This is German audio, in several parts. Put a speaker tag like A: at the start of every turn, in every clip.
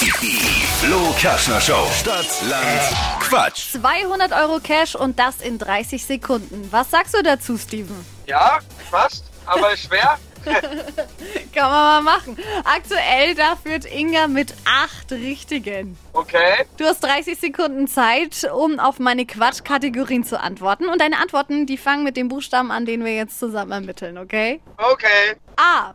A: Die Flo Kaschner Show. Stadt, Land, Quatsch.
B: 200 Euro Cash und das in 30 Sekunden. Was sagst du dazu, Steven?
C: Ja, fast, aber schwer.
B: Kann man mal machen. Aktuell da führt Inga mit acht Richtigen.
C: Okay,
B: Du hast 30 Sekunden Zeit, um auf meine Quatschkategorien zu antworten. Und deine Antworten, die fangen mit dem Buchstaben an, den wir jetzt zusammen ermitteln, okay?
C: okay,
B: A.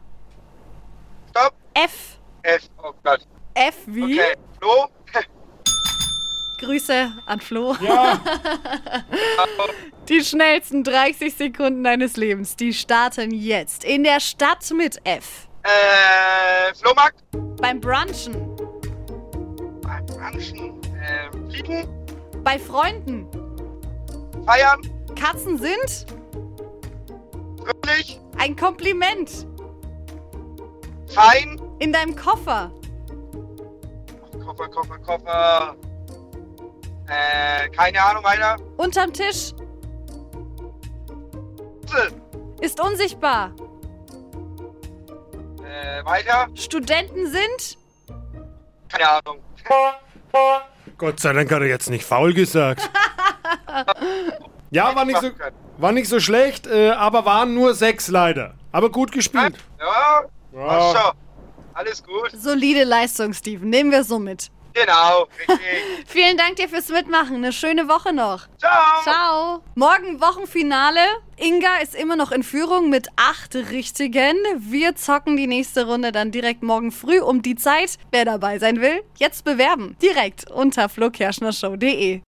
C: stopp. Hm?
B: F.
C: F, oh Gott.
B: F wie?
C: Okay, Flo.
B: Grüße an Flo.
D: Ja,
C: Also,
B: Die schnellsten 30 Sekunden deines Lebens, die starten jetzt. In der Stadt mit F.
C: Äh, Flohmarkt.
B: Beim Brunchen.
C: Beim Branchen. Äh, fliegen.
B: Bei Freunden.
C: Feiern.
B: Katzen sind
C: Fröhlich.
B: ein Kompliment.
C: Fein.
B: In deinem Koffer.
C: Koffer, Koffer, Koffer. Äh, keine Ahnung, einer.
B: Unterm Tisch. Ist unsichtbar.
C: Äh, weiter.
B: Studenten sind
C: Keine Ahnung.
D: Gott sei Dank hat er jetzt nicht faul gesagt. Ja, war nicht so, war nicht so schlecht, äh, aber waren nur sechs leider. Aber gut gespielt.
C: Ja, passt
D: Ja.
C: schon. Alles gut.
B: solide Leistung, Steven. Nehmen wir so mit.
C: Genau, richtig.
B: Vielen Dank dir fürs Mitmachen. Eine schöne Woche noch.
C: Ciao.
B: Ciao. Morgen Wochenfinale. Inga ist immer noch in Führung mit acht Richtigen. Wir zocken die nächste Runde dann direkt morgen früh um die Zeit. Wer dabei sein will, jetzt bewerben. Direkt unter flokerschnershow.de.